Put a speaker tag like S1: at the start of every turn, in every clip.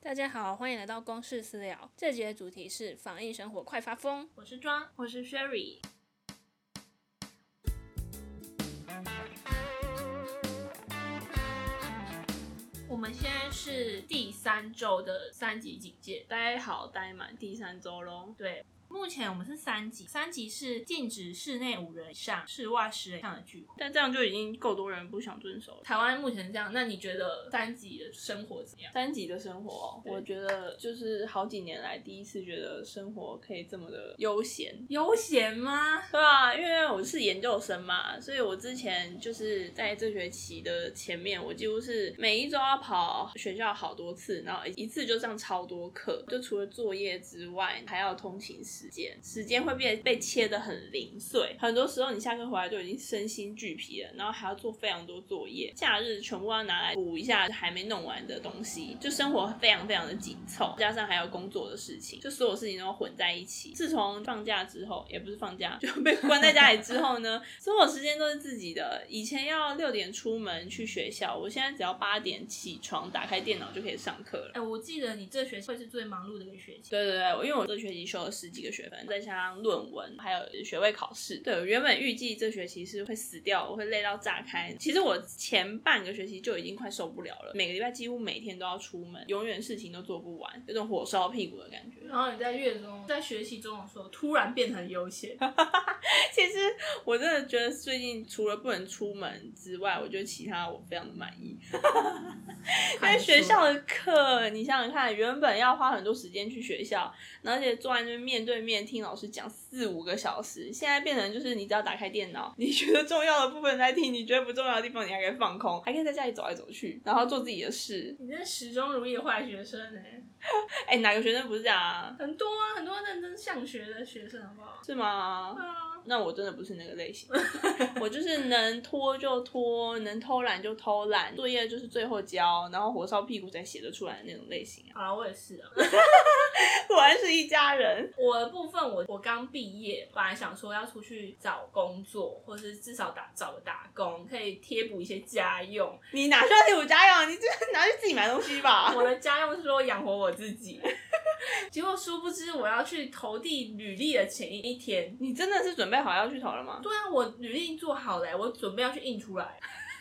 S1: 大家好，欢迎来到公事私聊。这集的主题是防疫生活快发疯。
S2: 我是庄，我是 Sherry。我们现在是第三周的三级警戒，
S3: 待好待满第三周喽。
S2: 对。目前我们是三级，三级是禁止室内五人以上、室外十人以上的聚会。
S3: 但这样就已经够多人不想遵守了。
S2: 台湾目前是这样，那你觉得三级的生活怎么样？
S3: 三级的生活哦、
S2: 对
S3: 我觉得就是好几年来第一次觉得生活可以这么的悠闲。
S2: 悠闲吗？
S3: 对啊，因为我是研究生嘛，所以我之前就是在这学期的前面，我几乎是每一周要跑学校好多次，然后一次就上超多课，就除了作业之外，还要通勤时间，时间会被被切得很零碎，很多时候你下课回来就已经身心俱疲了，然后还要做非常多作业，假日全部要拿来补一下还没弄完的东西，就生活非常非常的紧凑，加上还有工作的事情，就所有事情都混在一起。自从放假之后，也不是放假，就被关在家里之后呢， 所有时间都是自己的。以前要六点出门去学校，我现在只要八点起床，打开电脑就可以上课了
S2: 哎、。我记得你这学期会是最忙碌的一个学期。
S3: 对对对，我因为我这学期修了十几个学分，再加上论文，还有学位考试。对我原本预计这学期是会死掉，我会累到炸开。其实我前半个学期就已经快受不了了，每个礼拜几乎每天都要出门，永远事情都做不完，有种火烧屁股的感觉。
S2: 然后你在月中，在学习中的时候，突然变成悠闲，
S3: 其实我真的觉得最近除了不能出门之外，我觉得其他我非常的满意。因为学校的课，你想想看，原本要花很多时间去学校，然后而且坐在那边面对面听老师讲四五个小时，现在变成就是你只要打开电脑，你觉得重要的部分在听，你觉得不重要的地方你还可以放空，还可以在家里走来走去，然后做自己的事。
S2: 你真是始终如一的坏学生哎、
S3: 哎，哪个学生不是这样啊？
S2: 很多啊，很多认真上学的学生，好不好？
S3: 是吗？
S2: 啊，
S3: 那我真的不是那个类型，我就是能拖就拖，能偷懒就偷懒，作业就是最后交，然后火烧屁股才写得出来的那种类型啊，
S2: 好了，我也是啊。
S3: 果然是一家人。
S2: 我的部分我，我刚毕业，本来想说要出去找工作，或是至少打找个打工，可以贴补一些家用。
S3: 你哪需要替我家用？你就是拿去自己买东西吧。
S2: 我的家用是说养活我自己， 结果殊不知我要去投递履历的前一天，
S3: 你真的是准备好要去投了吗？
S2: 对啊，我履历做好了、我准备要去印出来。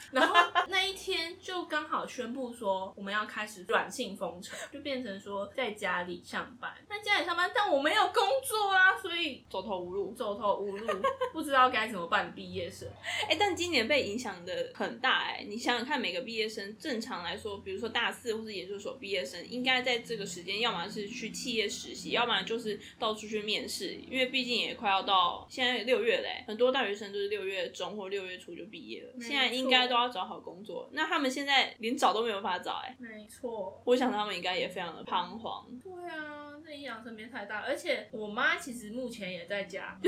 S2: 然后那一天就刚好宣布说我们要开始软性封城，就变成说在家里上班。那家里上班，但我没有工作啊，所以
S3: 走投无路。
S2: 走投无路，不知道该怎么办。毕业生，
S3: 哎、但今年被影响的很大哎、你想想看，每个毕业生正常来说，比如说大四或是研究所毕业生，应该在这个时间，要么是去企业实习，要么就是到处去面试，因为毕竟也快要到现在六月嘞、很多大学生都是六月中或六月初就毕业了，
S2: 没
S3: 现在应该
S2: 错
S3: 都要找好工作。那他们现在连找都没有办法找哎、
S2: 没错，
S3: 我想他们应该也非常的彷徨。
S2: 对啊，这影响层面太大，而且我妈其实目前也在 家，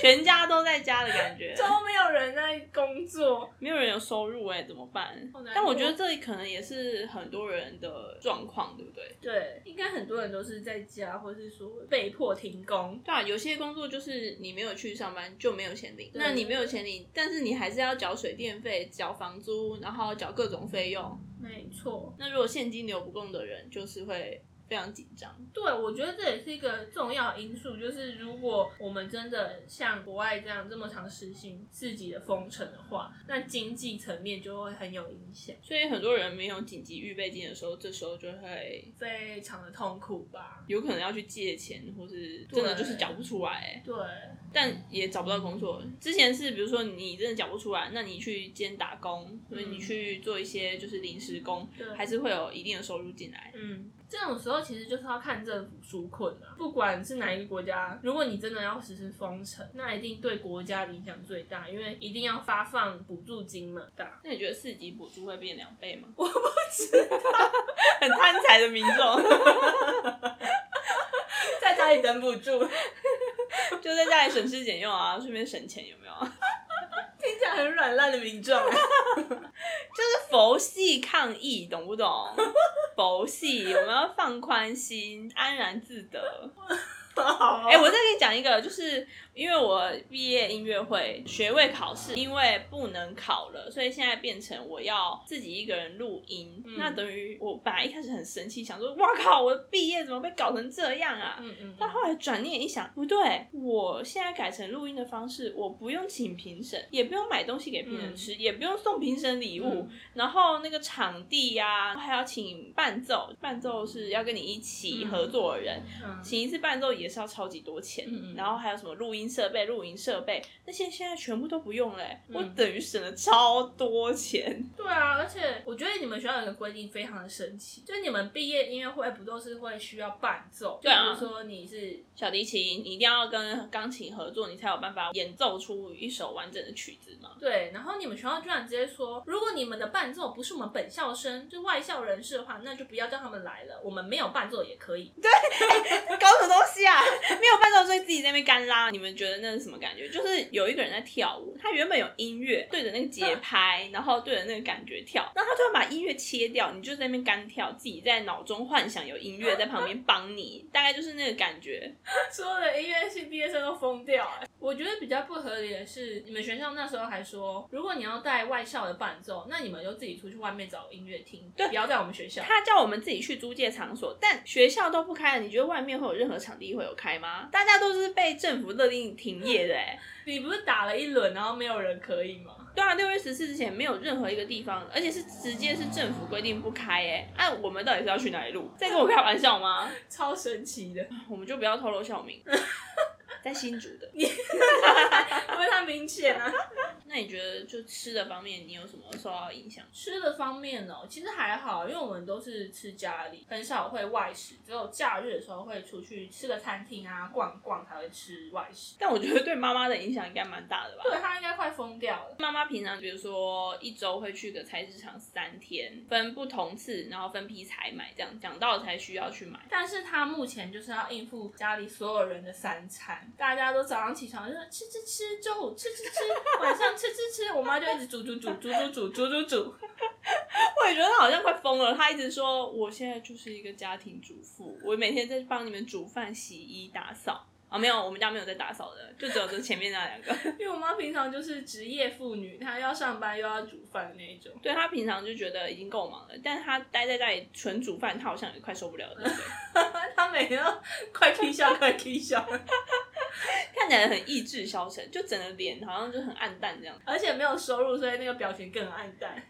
S3: 全家都在家的感 觉，
S2: 都没有人在工作，
S3: 没有人有收入哎、怎么办
S2: 好难过？
S3: 但我觉得这可能也是很多人的状况，对不对？
S2: 对，应该很多人都是在家，或是说被迫停工，
S3: 对啊，有些工作就是你没有去上班就没有钱领，
S2: 对
S3: 那你没有钱领，但是你还是要缴水电费、缴房租，然后缴各种费用。
S2: 没错，
S3: 那如果现金流不够的人，就是会非常紧张。
S2: 对，我觉得这也是一个重要因素，就是如果我们真的像国外这样这么长实行自己的封城的话，那经济层面就会很有影响，
S3: 所以很多人没有紧急预备金的时候，这时候就会
S2: 非常的痛苦吧。
S3: 有可能要去借钱，或是真的就是缴不出来、欸。
S2: 对，
S3: 但也找不到工作。之前是比如说你真的讲不出来，那你去兼打工，所以你去做一些就是临时工，
S2: 嗯对
S3: 还是会有一定的收入进来。
S2: 嗯，这种时候其实就是要看政府纾困啊，不管是哪一个国家，如果你真的要实施封城，那一定对国家的影响最大，因为一定要发放补助金嘛，大。
S3: 那你觉得四级补助会变两倍吗？我不知道， 很贪财的民众
S2: 在家里等补助，听
S3: 就在家里省吃俭用啊，顺便省钱有没有？
S2: 起来很软烂的民众。
S3: 佛系抗疫，懂不懂？佛系，我们要放宽心，安然自得。
S2: 好
S3: 哎、我再跟你讲一个，就是因为我毕业音乐会学位考试，因为不能考了，所以现在变成我要自己一个人录音。
S2: 嗯
S3: 那等于我本来一开始很生气，想说哇靠，我毕业怎么被搞成这样啊？
S2: 嗯嗯，
S3: 但后来转念一想，不对，我现在改成录音的方式，我不用请评审，也不用买东西给评审吃，也不用送评审礼物，
S2: 嗯
S3: 然后那个场地呀、还要请伴奏，伴奏是要跟你一起合作的人，
S2: 嗯
S3: 请一次伴奏也是要超级多钱，
S2: 嗯嗯
S3: 然后还有什么录音设备、录音设备那些现在全部都不用嘞、
S2: 嗯
S3: 我等于省了超多钱。
S2: 对啊，而且我觉得你们学校有一个规定非常的神奇，就是你们毕业音乐会不都是会需要伴奏？
S3: 对啊
S2: 就比如说你是
S3: 小提琴你一定要跟钢琴合作，你才有办法演奏出一首完整的曲子嘛。
S2: 对，然后你们学校居然直接说，如果你们的伴奏不是我们本校生，就外校人士的话，那就不要叫他们来了，我们没有伴奏也可以。
S3: 搞什么东西啊？没有伴奏，所以自己在那边干拉。你们觉得那是什么感觉？就是有一个人在跳舞，他原本有音乐对着那个节拍，然后对着那个感觉跳，然后他突然把音乐切掉，你就在那边干跳，自己在脑中幻想有音乐在旁边帮你，大概就是那个感觉。
S2: 所有的音乐系毕业生都疯掉、哎！我觉得比较不合理的是，你们学校那时候还说，如果你要带外校的伴奏，那你们就自己出去外面找音乐厅，
S3: 对
S2: 不要在我们学校。
S3: 他叫我们自己去租借场所，但学校都不开了，你觉得外面会有任何场地会有开吗？大家都是被政府勒令停业的、欸，
S2: 你不是打了一轮，然后没有人可以吗？
S3: 对啊，六月十四之前没有任何一个地方，而且是直接是政府规定不开哎、哎、我们到底是要去哪里录？在跟我开玩笑吗？
S2: 超神奇的，
S3: 我们就不要透露校名， 在新竹的。
S2: 因为它明显啊。
S3: 那你觉得就吃的方面，你有什么受到影响？
S2: 吃的方面哦，其实还好，因为我们都是吃家里，很少会外食，只有假日的时候会出去吃个餐厅啊，逛逛才会吃外食。
S3: 但我觉得对妈妈的影响应该蛮大的吧。
S2: 对他应该快疯掉了。
S3: 妈妈平常比如说一周会去个菜市场三天，分不同次，然后分批采买，这样讲到才需要去买。
S2: 但是他目前就是要应付家里所有人的三餐，大家都早上起床就说吃吃吃，中午吃吃 吃，晚上吃吃吃，我妈就一直煮煮煮煮煮煮煮煮煮。
S3: 我也觉得他好像快疯了，他一直说我现在就是一个家庭主妇，我每天在帮你们煮饭、洗衣、打扫。啊、没有，我们家没有在打扫的，就只有这前面那两个。
S2: 因为我妈平常就是职业妇女，她要上班又要煮饭的那一种。
S3: 对他平常就觉得已经够忙了，但是他待在家里纯煮饭，他好像也快受不了了，对 不对？
S2: 她每天都快踢笑，快踢笑。
S3: 看起来很意志消沉，就整个脸好像就很暗淡这样。
S2: 而且没有收入，所以那个表情更暗淡。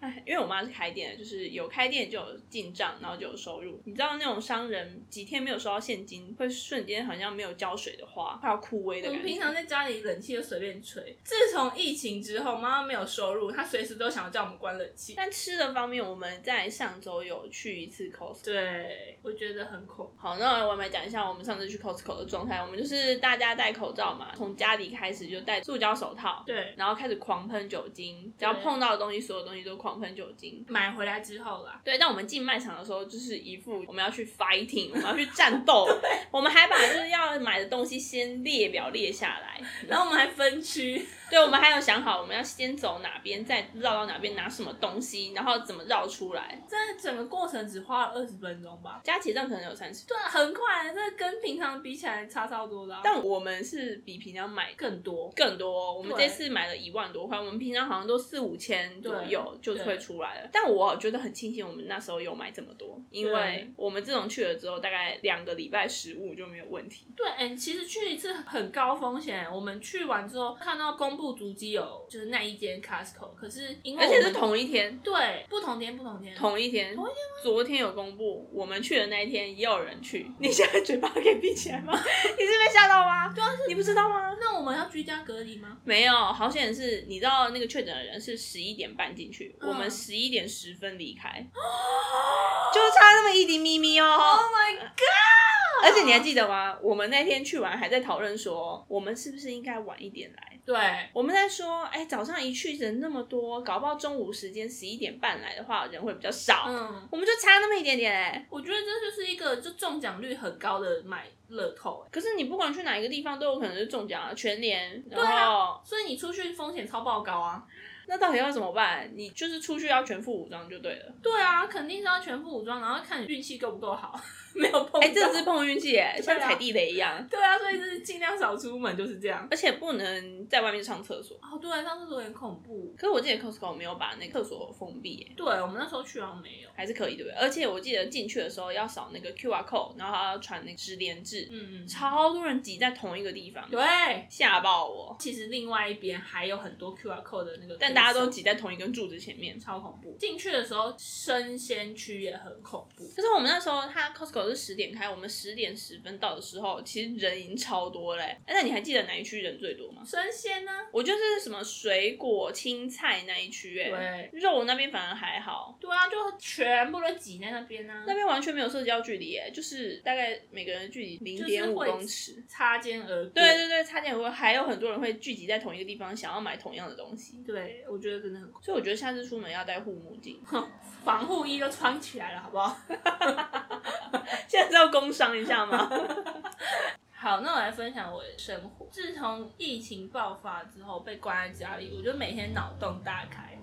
S3: 哎，因为我妈是开店的，就是有开店就有进账，然后就有收入。你知道那种商人几天没有收到现金，会瞬间好像没有浇水的花，快要枯萎的感
S2: 我们
S3: 觉。
S2: 平常在家里冷气就随便吹，自从疫情之后，妈妈没有收入，她随时都想要叫我们关冷气。
S3: 但吃的方面，我们在上周有去一次 Costco。
S2: 对，我觉得很恐怖。
S3: 好，那我们来讲一下我们上次去 Costco 的状态。我们就是大家戴口罩嘛，从家里开始就戴塑胶手套，
S2: 对，
S3: 然后开始狂喷酒精，只要碰到的东西，所有东西都狂喷酒精。
S2: 买回来之后啦，
S3: 对，但我们进卖场的时候，就是一副我们要去 fighting，我们要去战斗，我们还把就是要买的东西先列表列下来，
S2: 然后我们还分区，
S3: 对，我们还有想好我们要先走哪边，再绕到哪边拿什么东西，然后怎么绕出来。
S2: 这整个过程只花了二十分钟吧。
S3: 加起账可能有三十
S2: 对啊，很快，这跟平常比起来差超多的、啊，
S3: 但我们是比平常买
S2: 更多。
S3: 更多，哦我们这
S2: 对
S3: 次买了一万多块，我们平常好像都四五千左右就
S2: 对
S3: 退出来了。但我觉得很庆幸我们那时候有买这么多，因为
S2: 对
S3: 我们这种去了之后，大概两个礼拜食物就没有问题。
S2: 对，哎、其实去一次很高风险。我们去完之后看到公布足迹有就是那一间 Costco，可是因为
S3: 而且
S2: 我
S3: 是
S2: 们
S3: 同一天，
S2: 对不同天不同天
S3: 同一天，
S2: 同一
S3: 天昨天有公布，我们去的那一天也有人
S2: 哦
S3: 去。你现在嘴巴可以闭起来吗？ 你是被吓到吗？对啊，你不知道吗？
S2: 那我们要居家隔离吗？
S3: 没有，好险是，你知道那个确诊的人是十一点半进去，
S2: 嗯
S3: 我们十一点十分离开， 就差那么一滴咪咪哦。
S2: Oh my god！
S3: 而且你还记得吗？我们那天去玩还在讨论说，我们是不是应该晚一点来？
S2: 对，
S3: 我们在说，哎、早上一去人那么多，搞不好中午时间十一点半来的话，人会比较少。
S2: 嗯，
S3: 我们就差那么一点点哎、
S2: 我觉得这就是一个就中奖率很高的买乐透、哎，
S3: 可是你不管去哪一个地方，都有可能是中奖啊，全年，然
S2: 对啊
S3: 后
S2: 所以你出去风险超爆高啊！
S3: 那到底要怎么办？你就是出去要全副武装就对了。
S2: 对啊，肯定是要全副武装，然后看你运气够不够好， 没有碰到。
S3: 哎、这是碰运气哎，
S2: 对
S3: 像
S2: 啊
S3: 踩地雷一样，
S2: 对啊，所以就是尽量少出门，就是这样。
S3: 而且不能在外面上厕所。
S2: 哦，对，上厕所很恐怖。
S3: 可是我记得 Costco 没有把那个厕所封闭耶，
S2: 对我们那时候去好像没有。
S3: 还是可以对不对？而且我记得进去的时候要扫那个 QR code，然后还要传那个十连制，
S2: 嗯嗯，
S3: 超多人挤在同一个地方，
S2: 对。
S3: 吓爆我。
S2: 其实另外一边还有很多 QR code 的那个，
S3: 但大家都挤在同一根柱子前面。
S2: 超恐怖。进去的时候，生鲜区也很恐怖。
S3: 可是我们那时候，它 Costco 是十点开，我们十点十分到的时候，其实人已经超多嘞、哎那你还记得哪一区人最多吗？
S2: 生鲜呢？
S3: 我就是什么水果、青菜那一区、哎，
S2: 对。
S3: 肉那边反而还好，
S2: 对啊，就全部都挤在那边啊
S3: 那，边完全没有社交距离、哎，就是大概每个人的距离零点五
S2: 会
S3: 公尺。
S2: 擦肩而过。
S3: 对对对，差点我还有很多人会聚集在同一个地方，想要买同样的东西，
S2: 对，我觉得真的很恐
S3: 所以我觉得下次出门要戴护目镜。
S2: 怖。防护衣都穿起来了，好不 好？
S3: 现在是要工商一下吗？
S2: 好，那我来分享我的生活。自从疫情爆发之后，被关在家里，我就每天脑洞大开。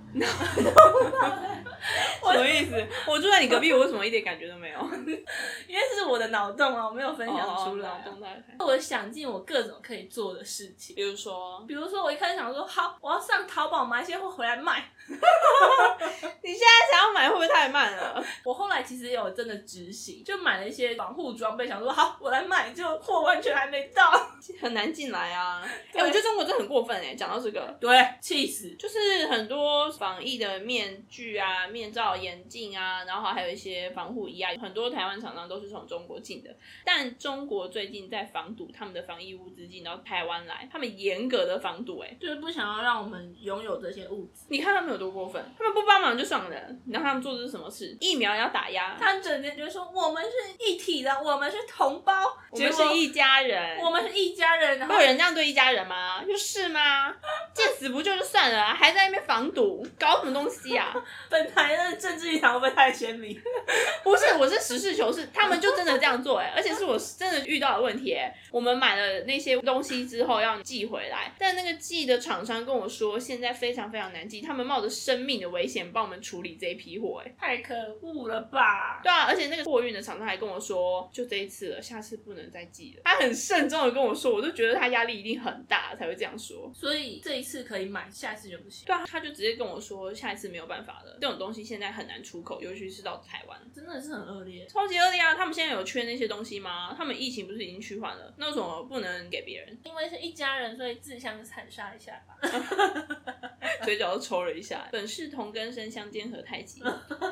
S3: 什么意 思？我住在你隔壁，我为什么一点感觉都没有？
S2: 因为是我的脑洞啊，我没有分享出来、
S3: 哦脑洞大开。
S2: 我想尽我各种可以做的事情，
S3: 比如说，
S2: 比如说我一开始想说，好，我要上淘宝买一些货回来卖。
S3: 你现在想要买会不会太慢了？
S2: 我后来其实也有真的执行，就买了一些防护装备，想说好，我来卖，就货完全还没到。
S3: 很难进来啊！哎、
S2: 对
S3: 我觉得中国真的很过分哎、讲到这个。
S2: 对，气死。
S3: 就是很多防疫的面具啊、面罩、眼镜啊，然后还有一些防护衣啊，很多台湾厂商都是从中国进的。但中国最近在防堵他们的防疫物资进到台湾来，他们严格的防堵哎、
S2: 就是不想要让我们拥有这些物资，
S3: 你看他们有多过分，他们不帮忙就算了，你知道他们做的是什么事？疫苗要打压，
S2: 他整天就说我们是一体的，我们是同胞，
S3: 我们是一家人。啊
S2: 我们是一家人，然后
S3: 会有人这样对一家人吗？就是吗？见死不救就算了，还在那边防堵，搞什么东西啊？
S2: 本台的政治立场会不会太鲜明？
S3: 不是，我是实事求是，他们就真的这样做哎、而且是我真的遇到的问题哎、我们买了那些东西之后要寄回来，但那个寄的厂商跟我说，现在非常非常难寄，他们冒着生命的危险帮我们处理这一批货哎、
S2: 太可恶了吧！
S3: 对啊，而且那个货运的厂商还跟我说，就这一次了，下次不能再寄了。他很慎重的跟我说，我就觉得他压力一定很大才会这样说。
S2: 所以这一次可以买，下次就不行。
S3: 对啊，他就直接跟我说，下一次没有办法了，这种东西现在很难出口，尤其是到台湾。
S2: 真的是很恶劣。
S3: 超级恶劣啊！他们现在有缺那些东西吗？他们疫情不是已经趋缓了，那为什么不能给别 人？
S2: 因为是一家人，所以自相残杀一下吧。
S3: 嘴角都抽了一下。本是同根生，相煎何太 急。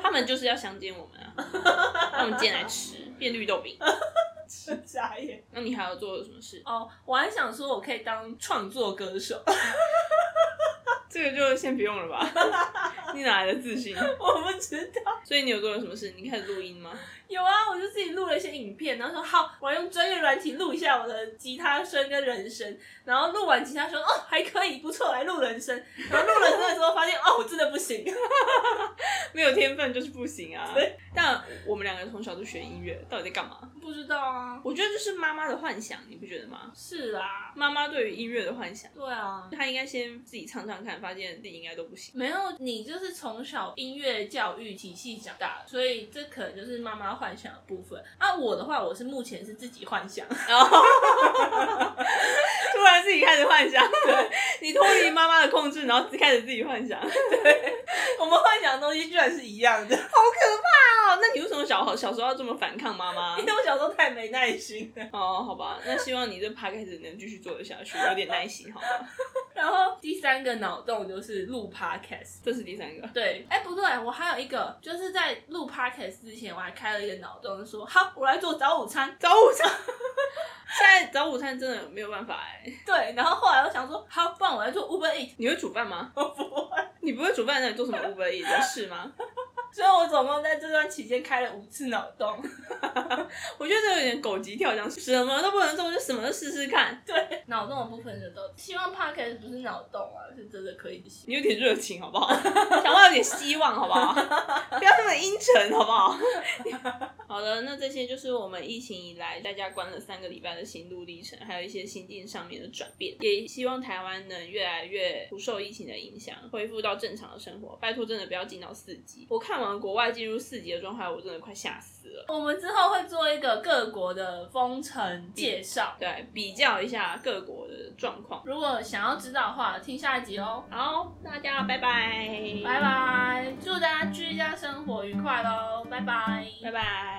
S3: 他们就是要相煎我们啊，让我们煎来吃，变绿豆饼。
S2: 傻眼
S3: 那你还要做什么事？
S2: 哦！我还想说，我可以当创作歌手，
S3: 这个就先不用了吧？ 你哪来的自信？
S2: 我不知道。
S3: 所以你有做了什么事？你开始录音吗？
S2: 有啊，我就自己录了一些影片，然后说好，我要用专业软体录一下我的吉他声跟人声。然后录完吉他声，哦，还可以，不错，来录人声。然后录人声的时候，发现哦，我真的不 行。
S3: 没有天分就是不行啊！但我们两个从小就学音乐，到底在干嘛？
S2: 不知道啊，
S3: 我觉得就是妈妈的幻想，你不觉得吗？
S2: 是啊，
S3: 妈妈对于音乐的幻想。
S2: 对啊。
S3: 他应该先自己唱唱看，发现自己应该都不行。
S2: 没有，你就是从小音乐教育体系长大，所以这可能就是妈妈幻想的部分。啊，我的话，我是目前是自己幻想，
S3: 然后突然自己开始幻想，对你脱离妈妈的控制，然后开始自己幻想。 哦，
S2: 我们幻想的东西居然是一样的，
S3: 哦那你为什么小小时候要这么反抗妈妈
S2: 因？为我小时候太没耐心了。
S3: 哦，好吧，那希望你这 p 开始能继续做得下去，有点耐心好吗？
S2: 然后第三个脑洞就是录 podcast。
S3: 这是第三个，
S2: 对，哎，不对，我还有一个，就是在录 podcast 之前，我还开了一个脑洞，就说好，我来做早午餐。
S3: 早午餐。现在早午餐真的没有办法哎、
S2: 对，然后后来我想说，好，不然我来做 Uber Eat，
S3: 你会煮饭吗？我不会。你不会煮饭，那你做什么 Uber Eats 的事吗？
S2: 所以我总共在这段期间开了五次脑洞。
S3: 我觉得这有点狗急跳墙，什么都不能做，就什么都试试看。
S2: 对， 脑洞的部分就都希望 podcast 不是脑洞啊，是真的可以写。
S3: 你有点热情 好不好？想要有点希望好不好？不要那么阴沉好不好？好的，那这些就是我们疫情以来大家关了三个礼拜的心路历程，还有一些心境上面的转变。也希望台湾能越来越不受疫情的影响，恢复到正常的生活。拜托，真的不要进到四级。我看完国外进入四级的状态，我真的快吓死了。
S2: 我们之后会做一个各国的封城介绍，
S3: 对，比较一下各国的状况。
S2: 如果想要知道的话，听下一集哦。
S3: 好，大家拜拜，
S2: 拜，拜，祝大家居家生活愉快喽，拜拜，
S3: 拜拜。